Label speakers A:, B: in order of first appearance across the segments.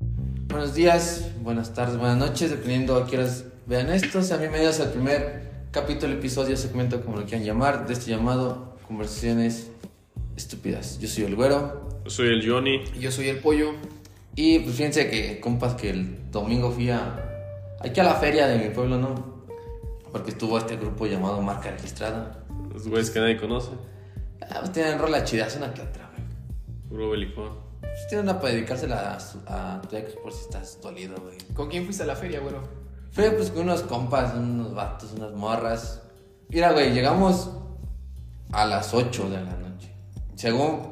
A: Buenos días, buenas tardes, buenas noches, dependiendo a qué horas vean esto. Sean bienvenidos al primer capítulo, episodio, segmento, como lo quieran llamar, de este llamado Conversaciones Estúpidas. Yo soy el güero.
B: Yo soy el Johnny.
C: Yo soy el pollo.
A: Y pues fíjense que, compas, que el domingo fui a. aquí a la feria de mi pueblo, ¿no? Porque estuvo este grupo llamado Marca Registrada.
B: Los güeyes que nadie conoce.
A: Ah, pues tienen rola chidas, una que otra, güey.
B: Puro belicón.
A: Pues tienen una para dedicársela a, su- a tu ex por si estás dolido, güey.
C: ¿Con quién fuiste a la feria, güero?
A: Fue pues con unos compas, unos vatos, unas morras. Mira, güey, llegamos a las 8 de la noche. Según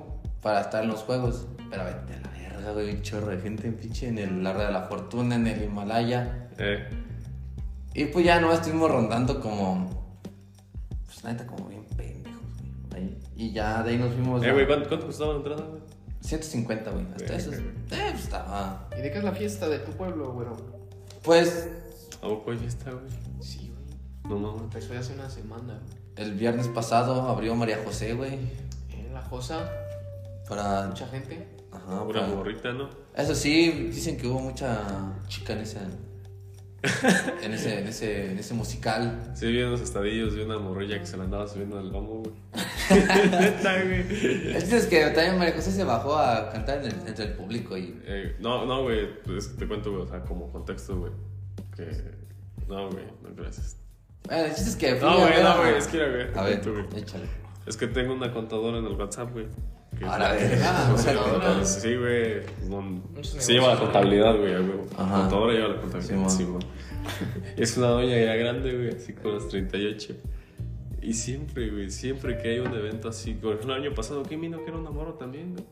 A: para estar en los juegos. Pero vete a la verga, güey, un chorro de gente en pinche en el Largo de la Fortuna, en el Himalaya.
B: Eh,
A: Y pues ya no estuvimos rondando como. Pues la neta, como bien pendejos, güey. ahí. Y ya de ahí nos fuimos.
B: eh
A: a-
B: güey, ¿cuánto, cuánto costaba la entrada, güey?
A: 150, güey. Hasta
B: Verga,
A: eso. Eh, pues estaba.
C: ¿Y de qué es la fiesta de tu pueblo, güero?
A: Pues
B: ¿A poco hay fiesta, Ah, güey?
C: Sí, güey.
B: No mames.
C: Empezó ya hace una semana.
A: el viernes pasado abrió María José, güey.
C: En la Josa,
A: Para.
C: mucha gente.
A: Ajá,
B: Pura
A: para-
B: morrita, ¿no?
A: Eso sí, dicen que hubo mucha chica en ese, en ese, en ese, en ese musical.
B: Sí, vi unos estadillos de una morrilla que se la andaba subiendo al lomo, güey. Neta, güey.
A: El chiste es que también María José se bajó a cantar en el- entre el público y...
B: Eh, no, no, güey. Es que te cuento, güey. O sea, como contexto, güey. Que. No, güey. No, gracias.
A: Bueno, el chiste es que... fui
B: No,
A: a
B: güey,
A: ver a-
B: no, güey. Es que, mira, güey. te
A: A
B: cuento, güey.
A: ver, échale.
B: Es que tengo una contadora en el WhatsApp, güey. Que-
A: A la verga,
B: No sé,
C: contadora.
B: contadora, Sí, güey. no-
C: Es un
B: sí lleva la
C: negocio.
B: contabilidad, güey, a huevo.
A: Ajá.
B: Contadora lleva la contabilidad.
A: Sí,
B: Sí, güey. es una doña ya grande, güey, así con los 38. Y siempre, güey, siempre que hay un evento así, por ejemplo, el año pasado, ¿qué vino que era un amor también, güey?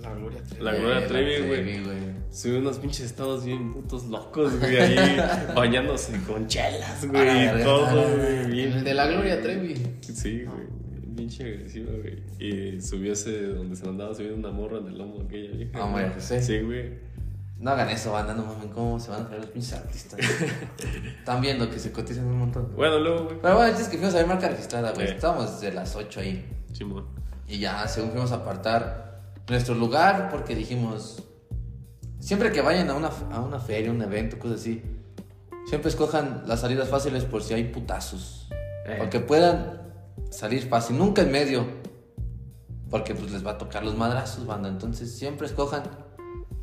C: La Gloria Trevi.
B: La Gloria
A: Eh,
B: Trevi, güey. Sí, unos pinches estados bien putos locos, güey, ahí bañándose con chelas,
A: A
B: güey,
A: la
B: y todo,
A: verga.
B: güey, bien-
C: El de la Gloria Trevi.
B: Sí, güey. Pinche agresiva, güey. Y subió ese donde se le andaba subiendo una morra en el lomo aquella vieja.
A: Ah, María José.
B: Sí, güey.
A: No hagan eso, banda, no mames, cómo se van a traer los pinches artistas. Están viendo que se cotizan un montón.
B: Bueno, luego, güey.
A: Pero bueno, el chiste es que fuimos a ver marca registrada, güey.
B: Eh.
A: Estábamos desde las 8 ahí.
B: Simón.
A: Y ya, según fuimos a apartar nuestro lugar, porque dijimos, siempre que vayan a una, a una feria, un evento, cosas así, siempre escojan las salidas fáciles por si hay putazos.
B: Eh.
A: Porque puedan salir fácil, nunca en medio, porque pues les va a tocar los madrazos, banda. Entonces siempre escojan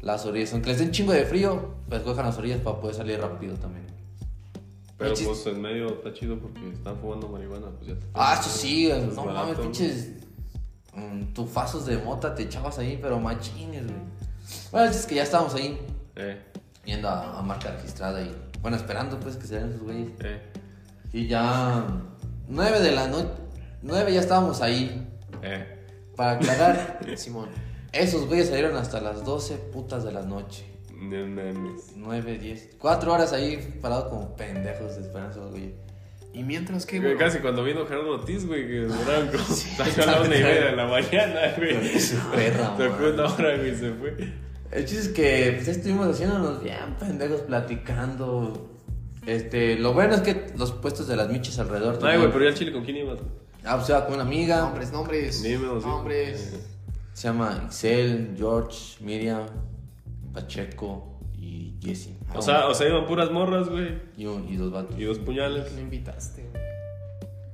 A: las orillas, aunque les den chingo de frío, pues escojan las orillas para poder salir rápido también.
B: Pero
A: El chis-
B: pues en medio está chido porque están fumando marihuana, pues ya te.
A: Ah, eso sí,
B: Es
A: no
B: barato,
A: mames,
B: ¿no?
A: pinches mm, tufazos de mota te echabas ahí, pero machines, güey. Bueno, el chiste es que ya estábamos ahí
B: Eh,
A: yendo a, a marca registrada y, bueno, esperando pues que se den esos güeyes.
B: eh,
A: Y ya, nueve de la noche, nueve ya estábamos ahí
B: eh.
A: para aclarar.
C: Simón.
A: esos güeyes salieron hasta las 12 putas de la noche.
B: No mames.
A: 9, 10, 4 horas ahí parados como pendejos esperando a esos güeyes.
C: ¿Y mientras qué,
B: Güey,
C: güey?
B: Casi cuando vino Gerardo Ortiz, güey, que duraron como salió a la una y media de la mañana, güey.
A: Pero su perra,
B: Se fue
A: madre.
B: una hora, güey, se fue.
A: El chiste es que pues, estuvimos haciéndonos bien pendejos platicando. Este, lo bueno es que los puestos de las michis alrededor.
B: Ay,
A: tenían-
B: güey, pero ya al Chile, ¿con quién ibas?
A: Ah, pues iba con una amiga.
C: Nombres, nombres.
B: Dímelo, sí. Eh.
C: Nombres.
A: Se llama Excel, George, Miriam, Pacheco y Jesse.
B: O sea, o sea, iban puras morras, güey.
A: y, un- y dos vatos.
B: Y dos puñales.
C: No invitaste, güey.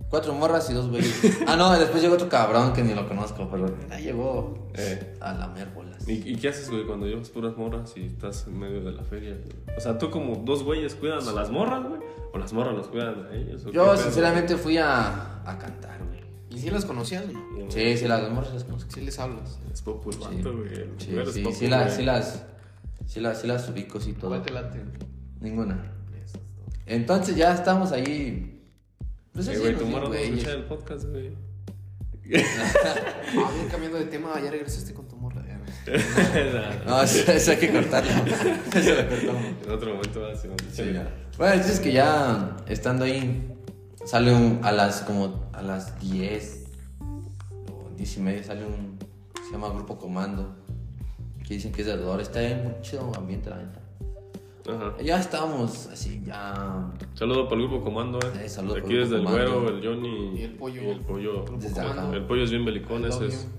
A: Cuatro morras y dos güeyes. ah, no, después llegó otro cabrón que ni lo conozco, pero ya llegó
B: Eh.
A: a la mérbolas.
B: ¿Y, y qué haces, güey, cuando llevas puras morras y estás en medio de la feria? güey? O sea, tú como dos güeyes cuidan a las morras, güey. O las morras los cuidan a ellos. ¿o qué
A: Yo,
B: pedo?
A: sinceramente, fui a, a cantar, güey.
C: ¿Y si las conocías, güey?
B: No,
A: Sí, sí, las morras las conozco.
C: Si les hablas.
B: Es popular,
A: Sí.
B: güey. el
A: Sí,
B: lugar es
A: sí,
B: popular,
A: sí, las,
B: güey.
A: sí, las, sí, las, sí las ubico, sí, todo.
C: ¿Cuál te late?
A: Ninguna. Entonces ya estamos ahí. Pues
B: Eh,
A: así
B: güey,
A: nos
B: tu
A: dio,
B: morra no
A: güey.
B: escucha el podcast, güey.
C: Ah, bien, cambiando de tema, ya regresaste con tu morra. ya.
A: No, eso, eso hay que cortarlo. Eso lo cortamos.
B: En otro momento va a ser
A: Sí, ya. Bueno, el chiste es que ya estando ahí, sale un, a las como a las 10 o 10 y media, sale un, se llama Grupo Comando, que dicen que es de alrededor. Está en un chido ambiente, la neta.
B: Ajá.
A: Ya estamos así, ya
B: Saludo para el grupo comando, eh.
A: Eh, saludo
B: Aquí
A: para el
B: desde el
A: Grupo Comando.
B: güero, el Johnny.
C: Y el pollo.
B: Y el pollo.
C: Grupo
A: Desde acá.
C: Comando.
B: El pollo es bien belicón,
C: I
B: ese
C: love
B: es.
C: you.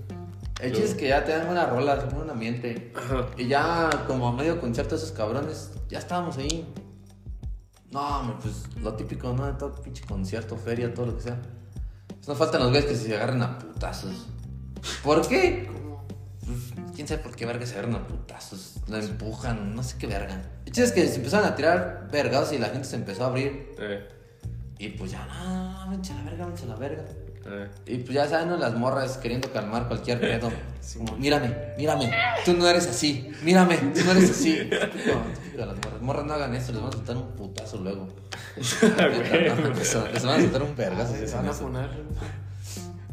A: El chiste es que ya te dan una rola, se pone un ambiente.
B: Ajá.
A: Y ya como a medio concierto esos cabrones, ya estábamos ahí. No, hombre, pues lo típico, ¿no? De todo pinche concierto, feria, todo lo que sea. Pues, nos faltan los güeyes que se agarren a putazos. ¿Por qué?
C: ¿Cómo?
A: Pues, quién sabe por qué verga se agarran a putazos. La empujan, no sé qué verga. El chiste es que se empezaron a tirar vergados y la gente se empezó a abrir.
B: Eh,
A: Y pues ya, no, no, mancha la verga, mancha la verga.
B: eh.
A: Y pues ya saben, ¿no? las morras queriendo calmar cualquier pedo. Como, mírame, mírame, tú no eres así. Mírame, tú no eres así. Típico, típico de las morras. Morras no hagan eso, les van a soltar un putazo luego. les van a soltar un vergazo. si
C: Se
A: hacen
C: van a
A: eso.
C: poner.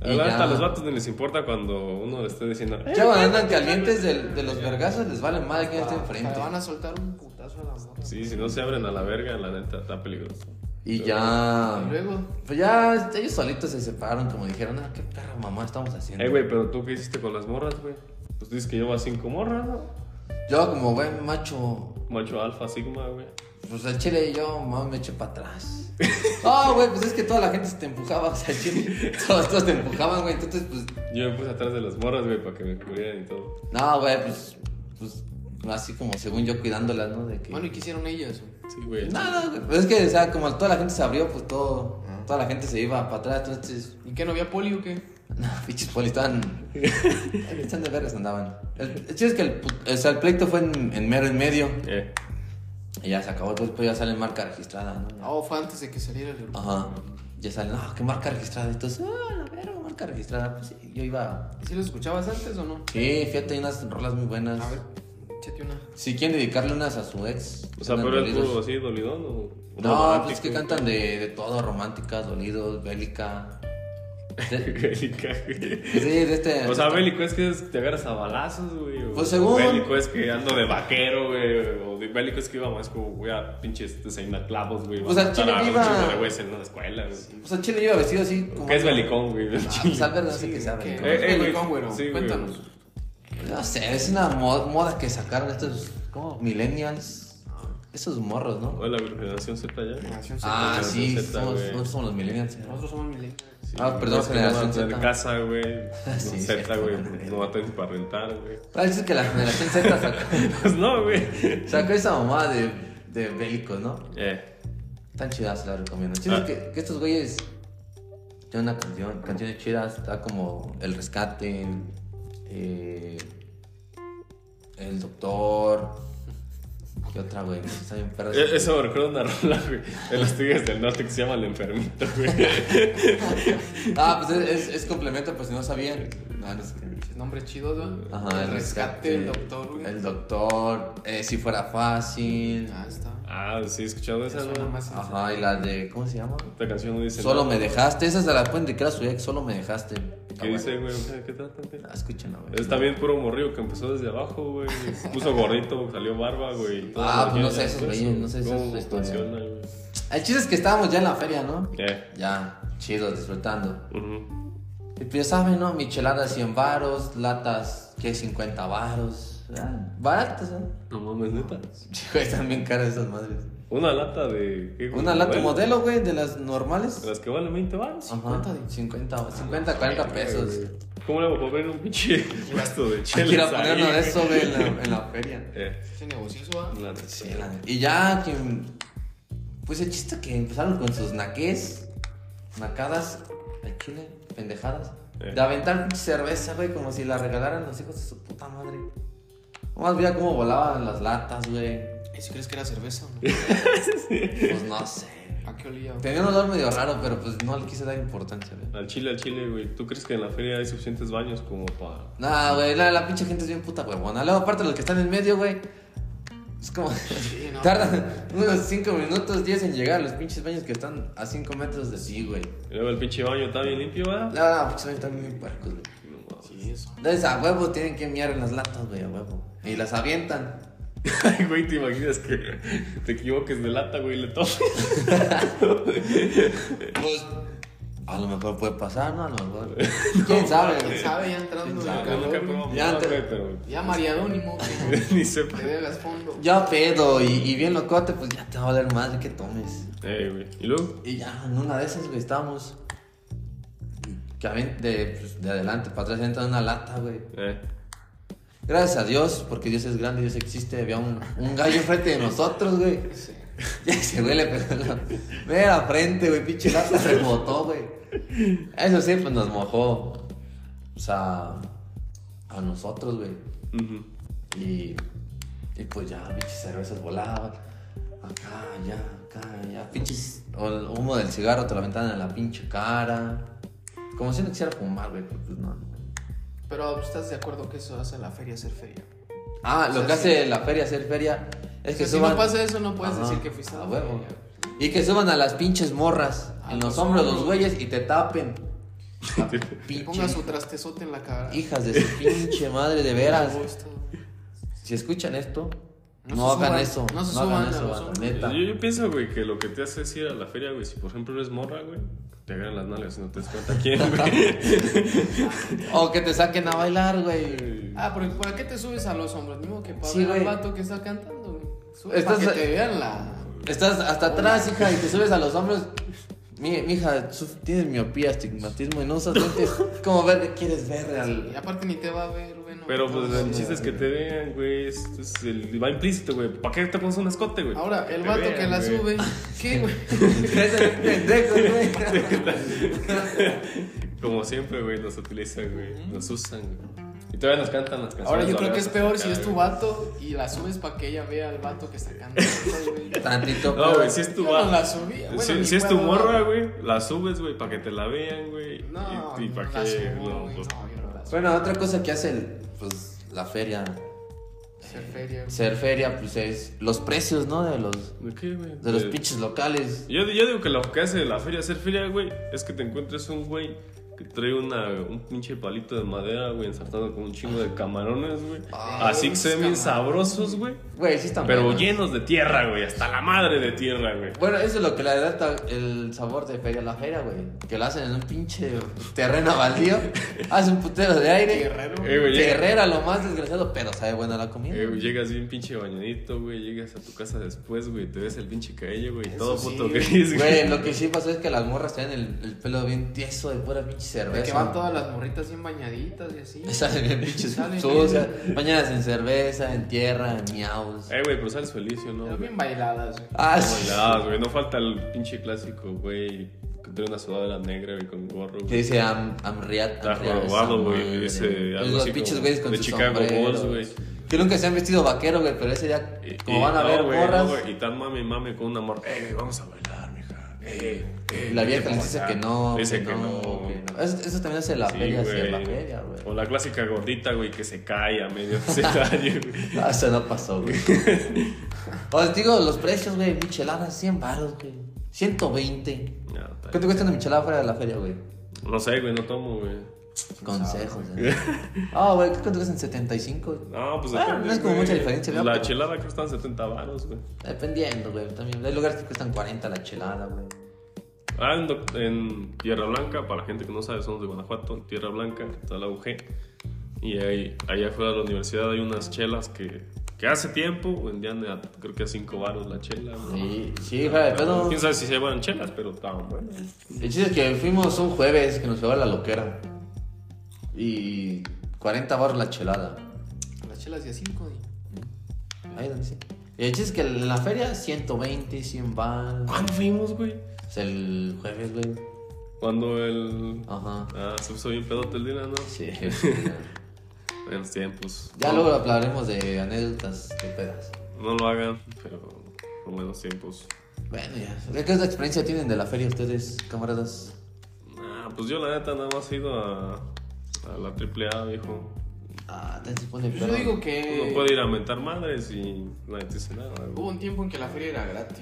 A: Y
B: Ahora
A: ya.
B: Hasta a los vatos no les importa cuando uno le esté diciendo. "Eh,
A: Ya cuando andan calientes de, de los vergazos, les vale madre que yo esté
C: Te
A: enfrente.
C: Ah, van a soltar un putazo a la morra.
B: Sí, si no se abren a la verga, la neta está peligroso.
A: Y ya.
C: Y luego,
A: Pues ya ellos solitos se separaron, como dijeron, ah, qué perra mamá estamos haciendo.
B: Eh, güey, pero tú qué hiciste con las morras, güey. Pues dices que llevas cinco morras, ¿no?
A: Yo, como buen macho
B: Macho alfa, sigma, güey.
A: Pues al chile yo mamá me eché para atrás. Ah, güey, pues es que toda la gente se te empujaba, o sea, al chile, todos, todos te empujaban, güey, entonces pues,
B: Yo me puse atrás de las morras, güey, para que me cubrieran y todo.
A: no, güey, pues, pues, así como según yo cuidándolas, ¿no? De que...
C: bueno, ¿y qué hicieron ellos? güey?
B: Sí, güey.
A: Nada, güey, pues es que, o sea, como toda la gente se abrió, pues todo, toda la gente se iba para atrás, entonces,
C: ¿Y qué no había poli o qué?
A: no, pinches polis, estaban, están de veras andaban. El, el chiste es que el, put- o sea, el pleito fue en, en mero en medio,
B: Eh,
A: y ya se acabó, pues, pues ya sale marca registrada, ¿no?
C: Oh, fue antes de que saliera el grupo.
A: Ajá. Ya salen, ah, qué marca registrada. Entonces, ah, la verga, marca registrada. Pues sí, yo iba.
C: ¿Y si los escuchabas antes o no?
A: Sí, fíjate, hay unas rolas muy buenas.
C: A ver, échate una.
A: Si quieren dedicarle unas a su ex.
B: o sea,
A: andan
B: pero él
A: dolidos.
B: pudo así, dolidón o. o
A: No, pues
B: romántico?
A: es que cantan de, de todo: románticas, dolidos, bélica. De-
B: Bélica, güey.
A: sí, de este.
B: O sea, bélico es que es- te agarras a balazos, güey. o
A: Pues según-
B: Bélico es que ando de vaquero, güey. O de- bélico es que iba más como, güey, a pinches desaina clavos, güey.
A: Pues al
B: vas a matar
A: chile
B: a un
A: iba-
B: chingo de güeyes en una escuela, güey.
A: O sea, Chile iba vestido así. Como...
B: ¿Qué es belicón, güey? del
A: Ah,
B: chile?
A: pues Albert no sé qué sea
C: ¿Qué?
A: belicón.
B: Eh, eh, güey.
C: Belicón, güero.
B: Sí, güey.
C: Cuéntanos.
A: No sé, es una mo- moda que sacaron estos. ¿Cómo? Millennials.
C: Ah.
A: Esos morros, ¿no?
B: Hola, güey, generación Z ya.
C: Generación Z.
A: Ah, sí,
B: Z,
A: somos,
B: güey.
A: nosotros somos los millennials. ¿no?
C: Nosotros somos milenios.
B: Sí,
A: Ah,
B: güey,
A: perdón,
B: es que no van a
A: generación
B: tener
A: Z.
B: casa, güey.
A: sí,
B: Z,
A: cierto,
B: güey.
A: no, no,
B: No va a tener para rentar, güey.
A: Ah, dices que la generación Z sacó,
B: Pues no, güey.
A: sacó esa mamá de, de bélicos, ¿no?
B: Eh,
A: Tan chidas, se las recomiendo. Chiste
B: Ah.
A: que, que estos güeyes tienen una canción, canciones chidas, está como El Rescate, eh, El Doctor, ¿qué otra güey? Está bien perra.
B: e- eso me recuerda una rola, güey. De las tigres del norte que se llama El Enfermito, güey.
A: Ah, pues es, es- es complemento, pues si no sabían. No, no sé qué.
C: Nombres chidos, ¿no?
A: Ajá,
C: el rescate, el doctor, güey.
A: El Doctor, eh, Si Fuera Fácil.
C: Ah, está.
B: Ah, sí, he escuchado esa,
C: Suena
B: ¿no?
C: más sencillo.
A: Ajá, y la de, ¿cómo se llama?
B: Esta canción no dice
A: Solo
B: nada.
A: me dejaste, esas se las pueden dedicar a su ex, solo me dejaste. Ah,
B: ¿Qué
A: bueno.
B: dice, güey? ¿Qué- ¿Qué trata? güey?
A: Ah, escúchenla, güey.
B: Es también puro morrillo que empezó desde abajo, güey. Se puso gordito, salió barba, güey.
A: Ah, pues no sé,
B: eso
A: esos este, güeyes, no sé, esa es
B: ¿Cómo
A: su historia.
B: funciona, güey?
A: El chiste es que estábamos ya en la feria, ¿no?
B: Eh.
A: Ya, chido, disfrutando.
B: ujú.
A: Y pues ya saben, ¿no? Micheladas 100 varos, latas que 50 varos. Ah, baratas, ¿eh?
B: No mames, neta.
A: Sí, güey, están bien caras esas madres.
B: Una lata de. ¿qué, güey?
A: Una lata
B: Bueno,
A: modelo, güey, de las normales.
B: Las Ah, que valen 20 baros.
A: Ajá, 50, 50, 40 pesos.
B: ¿Cómo le voy a poner un pinche gasto de chelas?
A: Quiero
B: ahí,
A: poner uno de
B: güey?
A: esos, güey, en la, en la feria.
B: Eh,
C: Ese negocio, ¿ah?
B: una lata.
A: Sí, Pues, la neta. Y ya que. Pues el chiste que empezaron con sus naques, nacadas, al chile, pendejadas.
B: Eh.
A: De aventar pinche cerveza, güey, como si la regalaran los hijos de su puta madre. Nomás veía cómo volaban las latas, güey.
C: ¿Y si crees que era cerveza o no?
A: Pues no sé.
C: ¿A qué olía?
A: Tenía un olor medio raro, pero pues no le quise dar importancia, güey.
B: Al chile, al chile, güey. ¿Tú crees que en la feria hay suficientes baños como para.?
A: Nah, güey, la, la pinche gente es bien puta huevona. Luego, aparte, los que están en medio, güey. Es como.
C: Sí, no.
A: Tardan unos 5 minutos, 10 en llegar los pinches baños que están a 5 metros de sí, güey.
B: Y Luego el pinche baño está bien limpio, ¿verdad?
A: No, no, pinches baños están bien puercos, güey.
B: No mames.
C: Sí, eso.
A: Entonces, a huevo tienen que miar en las latas, güey, a huevo. Y las avientan.
B: Ay, güey, te imaginas que te equivoques de lata, güey, y le tomes.
A: Pues, a lo mejor puede pasar, ¿no? A lo mejor. ¿Quién sabe,
C: ¿Quién
A: güey?
C: sabe ya entrando en el
B: Yo nunca he
C: calor?
B: probado
C: güey?
A: Ya
B: nada,
A: te-
B: güey, pero.
C: Ya mariadónimo, que
B: Ni sepa.
C: te veas fondo.
A: Ya pedo y, y bien locote, pues ya te va a valer madre que tomes.
B: Ey, güey. Eh, ¿Y luego?
A: Y ya, en una de esas, güey, estábamos. que aven- de, pues, de adelante para atrás entra una lata, güey.
B: Eh,
A: Gracias a Dios, porque Dios es grande, Dios existe. Había un, un gallo frente de nosotros, güey.
C: Sí.
A: Y ese güey le pegó en la mera frente, güey. Pinche lata rebotó, güey. Eso sí, pues nos mojó. O sea, a nosotros, güey.
B: ujú.
A: Y, y pues ya, pinches cervezas volaban. Acá, allá, acá, allá. Pinches. O el humo del cigarro te lo aventaban en la pinche cara. Como si no quisiera fumar, güey, pero pues no. no.
C: Pero ¿estás de acuerdo que eso hace la feria ser feria?
A: Ah, lo
C: O sea,
A: que
C: sí.
A: hace la feria hacer feria es
C: O
A: que
C: sea, si
A: suban-
C: no pasa eso, no puedes
A: Ajá,
C: decir que fuiste
A: a
C: la
A: huevo.
C: feria.
A: Y que suban a las pinches morras
C: A
A: en los
C: los
A: hombros
C: hombros.
A: los güeyes y te tapen. La
C: Y
A: pinche-
C: ponga su trastezote en la cara.
A: Hijas de su pinche madre, de veras.
C: Me gusta, güey.
A: Si escuchan esto, no,
C: No se
A: hagan
C: suban,
A: eso. No,
C: no se
A: hagan
C: suban a
A: eso,
C: los
A: banda,
C: hombros.
A: neta.
B: Yo, yo pienso, güey, que lo que te hace es ir a la feria, güey. Si por ejemplo eres morra, güey, te agarran las nalgas y no te das cuenta quién,
A: O que te saquen a bailar, güey.
B: güey.
C: Ah, pero ¿para qué te subes a los hombres? Mismo que para
A: Sí,
C: ver
A: güey.
C: al vato que está cantando, güey. Sube
A: Estás-
C: para que te vean la.
A: Estás hasta atrás, hija, y te subes a los hombros. Mi, mija, suf- tienes miopía, astigmatismo y no usas lentes. ¿Cómo ver, quieres ver
C: Y
A: al.?
C: aparte ni te va a ver, güey. no,
B: Pero
C: no,
B: pues
C: no,
B: el
C: no.
B: chiste es que te vean, güey. Es, es el, va implícito, güey. ¿Para qué te pones un escote, güey?
C: Ahora, el
B: te
C: vato
B: vean,
C: que la
B: güey.
C: sube, ¿qué, güey?
A: Ese es un pendejo, güey.
B: Como siempre, güey, nos utilizan, güey. Nos usan, güey. Y todavía nos cantan las canciones.
C: Ahora yo creo que es
B: baladas
C: peor
B: acá,
C: si es tu
B: güey.
C: vato y la subes para que ella vea al vato que está cantando, güey.
A: Tantito.
B: No,
A: pero-
B: güey, si es tu
C: Yo no
B: vato.
C: la subí. Bueno,
B: si
C: ni
B: si es tu
C: puedo,
B: morra,
C: güey.
B: güey, la subes, güey, para que te la vean, güey.
C: No,
B: y, y
C: no
B: para
C: la
B: que.
C: subo,
B: no,
C: güey,
B: pues,
C: no, yo no la subo.
A: Bueno, otra cosa que hace el- pues, la feria,
C: Ser feria, güey.
A: ser feria, pues es los precios, ¿no? De los,
B: ¿De qué, güey?
A: de los
B: De-
A: pinches locales.
B: Yo, yo digo que lo que hace la feria ser feria, güey, es que te encuentres un güey que trae una, un pinche palito de madera, güey, ensartado con un chingo de camarones, güey.
A: Ah,
B: Así que se ven bien
C: camarones.
B: sabrosos, güey.
A: Güey, sí están
B: Pero
A: buenos.
B: llenos de tierra, güey. Hasta la madre de tierra, güey.
A: Bueno, eso es lo que le da ta- el sabor de feria a la feria, güey. Que lo hacen en un pinche terreno baldío, hace un putero de aire.
C: Guerrero,
B: Eh, güey, llega-
A: Terrera, lo más desgraciado, pero sabe buena la comida.
B: Eh, güey, llegas bien pinche bañadito, güey. Llegas a tu casa después, güey. Te ves el pinche cabello, güey.
C: Eso
B: Todo
C: sí,
B: puto
C: güey.
B: gris,
A: Güey,
B: güey.
A: lo que sí pasa es que las morras tienen el, el pelo bien tieso de pura pinche cerveza.
C: De que van todas las morritas bien bañaditas y así.
A: Salen bien pinches
C: Salen
A: sucias.
C: bien-
A: Mañanas en cerveza, en tierra, en miaus.
B: Eh, güey, pero sales feliz, ¿o ¿no? güey?
C: Pero bien bailadas, güey.
A: Ah,
B: No
A: sí.
B: bailas, güey. No falta el pinche clásico, güey. Que trae una sudadera negra, güey, con gorro, güey.
A: Que dice Am, Amriat.
B: Está
A: Amriat,
B: jorobado,
A: esa
B: güey,
A: madre.
B: ese, algo
A: Los
B: así
A: pinches
B: como
A: güeyes con
B: de
A: sus
B: Chicago Bulls,
A: sombreros.
B: güey.
A: Que nunca se han vestido vaquero, güey, pero ese día,
B: Y-
A: como
B: y-
A: van a
B: no,
A: ver
B: güey, no,
A: morras,
B: güey, y tan mami, mami con un amor. Eh, vamos a bailar, mija. Eh, eh,
A: la vieja
B: vete
A: les
B: pa'
A: dice
B: acá".
A: que no.
B: Dice que no.
A: que no. Eso, eso también hace la
B: Sí,
A: feria, sí, en la
B: güey.
A: feria, güey.
B: O la clásica gordita, güey, que se cae a medio escenario, güey.
A: Ah, eso no pasó, güey. Os digo, los precios, güey, micheladas, 100 baros, güey. 120.
B: No, está
A: ¿Cuánto cuesta una michelada fuera de la feria, güey?
B: bien. No sé, güey, no tomo, güey. Pues,
A: Consejos, eh. Ah, güey, ¿cuánto cuestan 75?
B: No, pues
A: Bueno,
B: depende,
A: Ah, no es como
B: güey.
A: mucha diferencia, ¿no?
B: La
A: Pero-
B: chelada que están 70 varos, güey.
A: Dependiendo, güey, también. Hay lugares que cuestan 40 la chelada, güey.
B: Ah, en, doc- en Tierra Blanca, para la gente que no sabe, somos de Guanajuato, en Tierra Blanca, está la UG. Y ahí, allá afuera de la universidad hay unas chelas que, que hace tiempo vendían, a- creo que a 5 varos la chela. güey.
A: Sí, sí, fuera de pedo.
B: Quién sabe si se llevan chelas, pero estaban buenas.
A: El chiste es que fuimos un jueves que nos llevó a la loquera. Y 40 barras la chelada.
C: Las chelas de a cinco, güey.
A: Ahí donde sí. Y el chiste es que en la feria 120, 100 van.
B: ¿Cuándo fuimos, güey?
A: Es el jueves, güey.
B: Cuando el.
A: Ajá.
B: Ah, se puso bien pedote el día, ¿no?
A: Sí.
B: En los tiempos.
A: ya
B: No,
A: luego hablaremos de anécdotas de pedas.
B: No lo hagan, pero por buenos tiempos.
A: Bueno, ya. ¿Qué es la experiencia tienen de la feria ustedes, camaradas?
B: Ah, pues yo la neta nada más he ido a, a la AAA, viejo.
A: Ah, te se pone
C: Yo
A: perro.
C: digo que.
A: Eh,
B: Uno puede ir a mentar madres y nadie te dice nada.
C: Hubo
B: güey.
C: un tiempo en que la feria era gratis.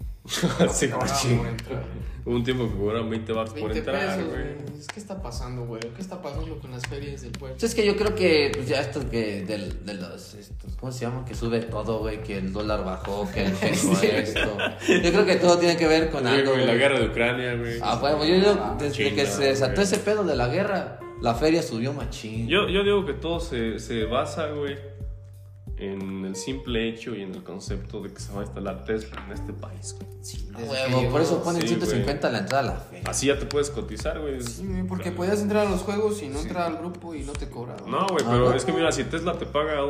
C: güey.
B: Ah, Sí,
C: Ahora
B: sí.
C: por entrar.
B: Hubo un tiempo que cobraban 20 bars por
C: 20
B: entrar,
C: pesos,
B: güey.
C: güey. Es que está pasando, güey. ¿Qué está pasando con las ferias del pueblo?
A: Pues Es que yo creo que pues ya esto que del, de los estos, ¿cómo se llama? Que sube todo, güey, que el dólar bajó, que el peso esto. Yo creo que todo tiene que ver con
B: Sí,
A: algo.
B: güey, La
A: güey.
B: guerra de Ucrania, güey.
A: Ah, bueno, yo digo, desde
B: China,
A: que se desató
B: güey.
A: ese pedo de la guerra, la feria subió machín.
B: Yo, yo digo que todo se, se basa, güey, en el simple hecho y en el concepto de que se va a instalar Tesla en este país. güey.
C: Desde
A: Ah, Huevo,
C: que llegó-
A: por eso ponen
B: Sí,
A: 150 a la entrada a la feria.
B: Así ya te puedes cotizar, güey.
C: Sí, güey, porque
B: Claro.
C: podías entrar a los juegos y no entrar al grupo y no te cobra. güey.
B: No, güey, pero
A: Ajá.
B: es que mira, si Tesla te paga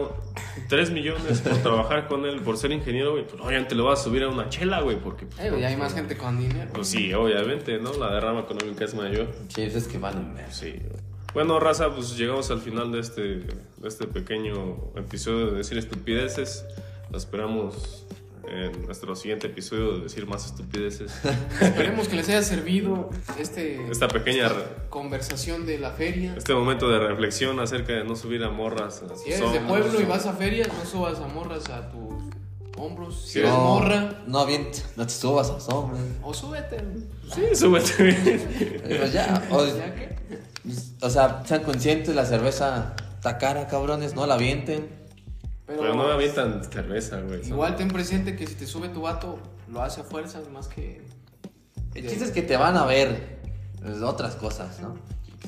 B: 3 millones por trabajar con él, por ser ingeniero, güey, pues obviamente le vas a subir a una chela, güey, porque... Pues,
C: Eh, güey, hay más gente con dinero.
B: Pues sí, obviamente, ¿no? La derrama económica es mayor.
A: Sí, pues es que valen ver.
B: Sí. Bueno, raza, pues llegamos al final de este, de este pequeño episodio de Decir Estupideces. Lo esperamos en nuestro siguiente episodio de Decir Más Estupideces.
C: Esperemos que les haya servido este,
B: Esta pequeña... re-
C: conversación de la feria.
B: Este momento de reflexión acerca de no subir a morras. a
C: Si
B: sus
C: eres de
B: hombros.
C: pueblo y vas a ferias, no subas a morras a tus hombros. Si
B: Sí.
C: eres
A: no,
C: morra,
A: No, bien, no te subas a sombra.
C: o súbete.
B: Sí, súbete.
A: Pero ya, o,
C: ¿Ya qué?
A: o sea, sean conscientes, la cerveza está cara, cabrones, no la avienten.
C: Pero,
B: Pero no me avientan cerveza, güey. Son-
C: igual ten presente que si te sube tu vato, lo hace a fuerzas más que.
A: El chiste es que te van a ver pues, otras cosas, ¿no?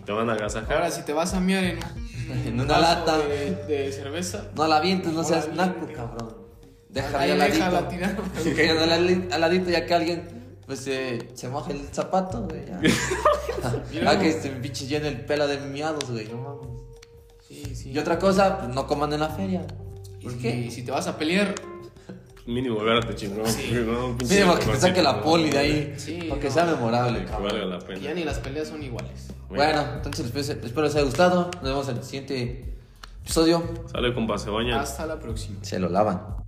B: Te van a agasajar.
C: Ahora, si te vas a miar en, un-
A: En una
C: vaso
A: lata.
C: de, de cerveza,
A: No la avientes, no
C: No
A: seas
C: la
A: naco,
C: avientes.
A: cabrón. Déjala ahí
C: ahí
A: al
C: déjala
A: ladito.
C: tirada.
A: Déjala al ali- al ladito ya que alguien pues eh, se moja el zapato, güey. ya.
C: Mira,
A: Ah, que
C: güey.
A: este pinche lleno el pelo de miados, güey. no mames.
C: Sí, sí.
A: Y otra cosa, pues, no coman en la feria. ¿Por
C: Porque
A: qué?
C: si te vas a pelear,
B: Mínimo, agárrate chingón.
C: Sí.
B: güey, ¿no? Un pinche
A: Mínimo que te
B: chingón,
A: saque la
B: ¿no?
A: poli de ahí.
C: Sí,
A: para que
C: no.
A: sea memorable,
B: Que valga
A: cabrón.
B: la pena.
C: ya ni las peleas son iguales.
A: Bueno, entonces pues, espero les haya gustado. Nos vemos en el siguiente episodio.
B: Sale con se bañan.
C: Hasta la próxima.
A: Se lo lavan.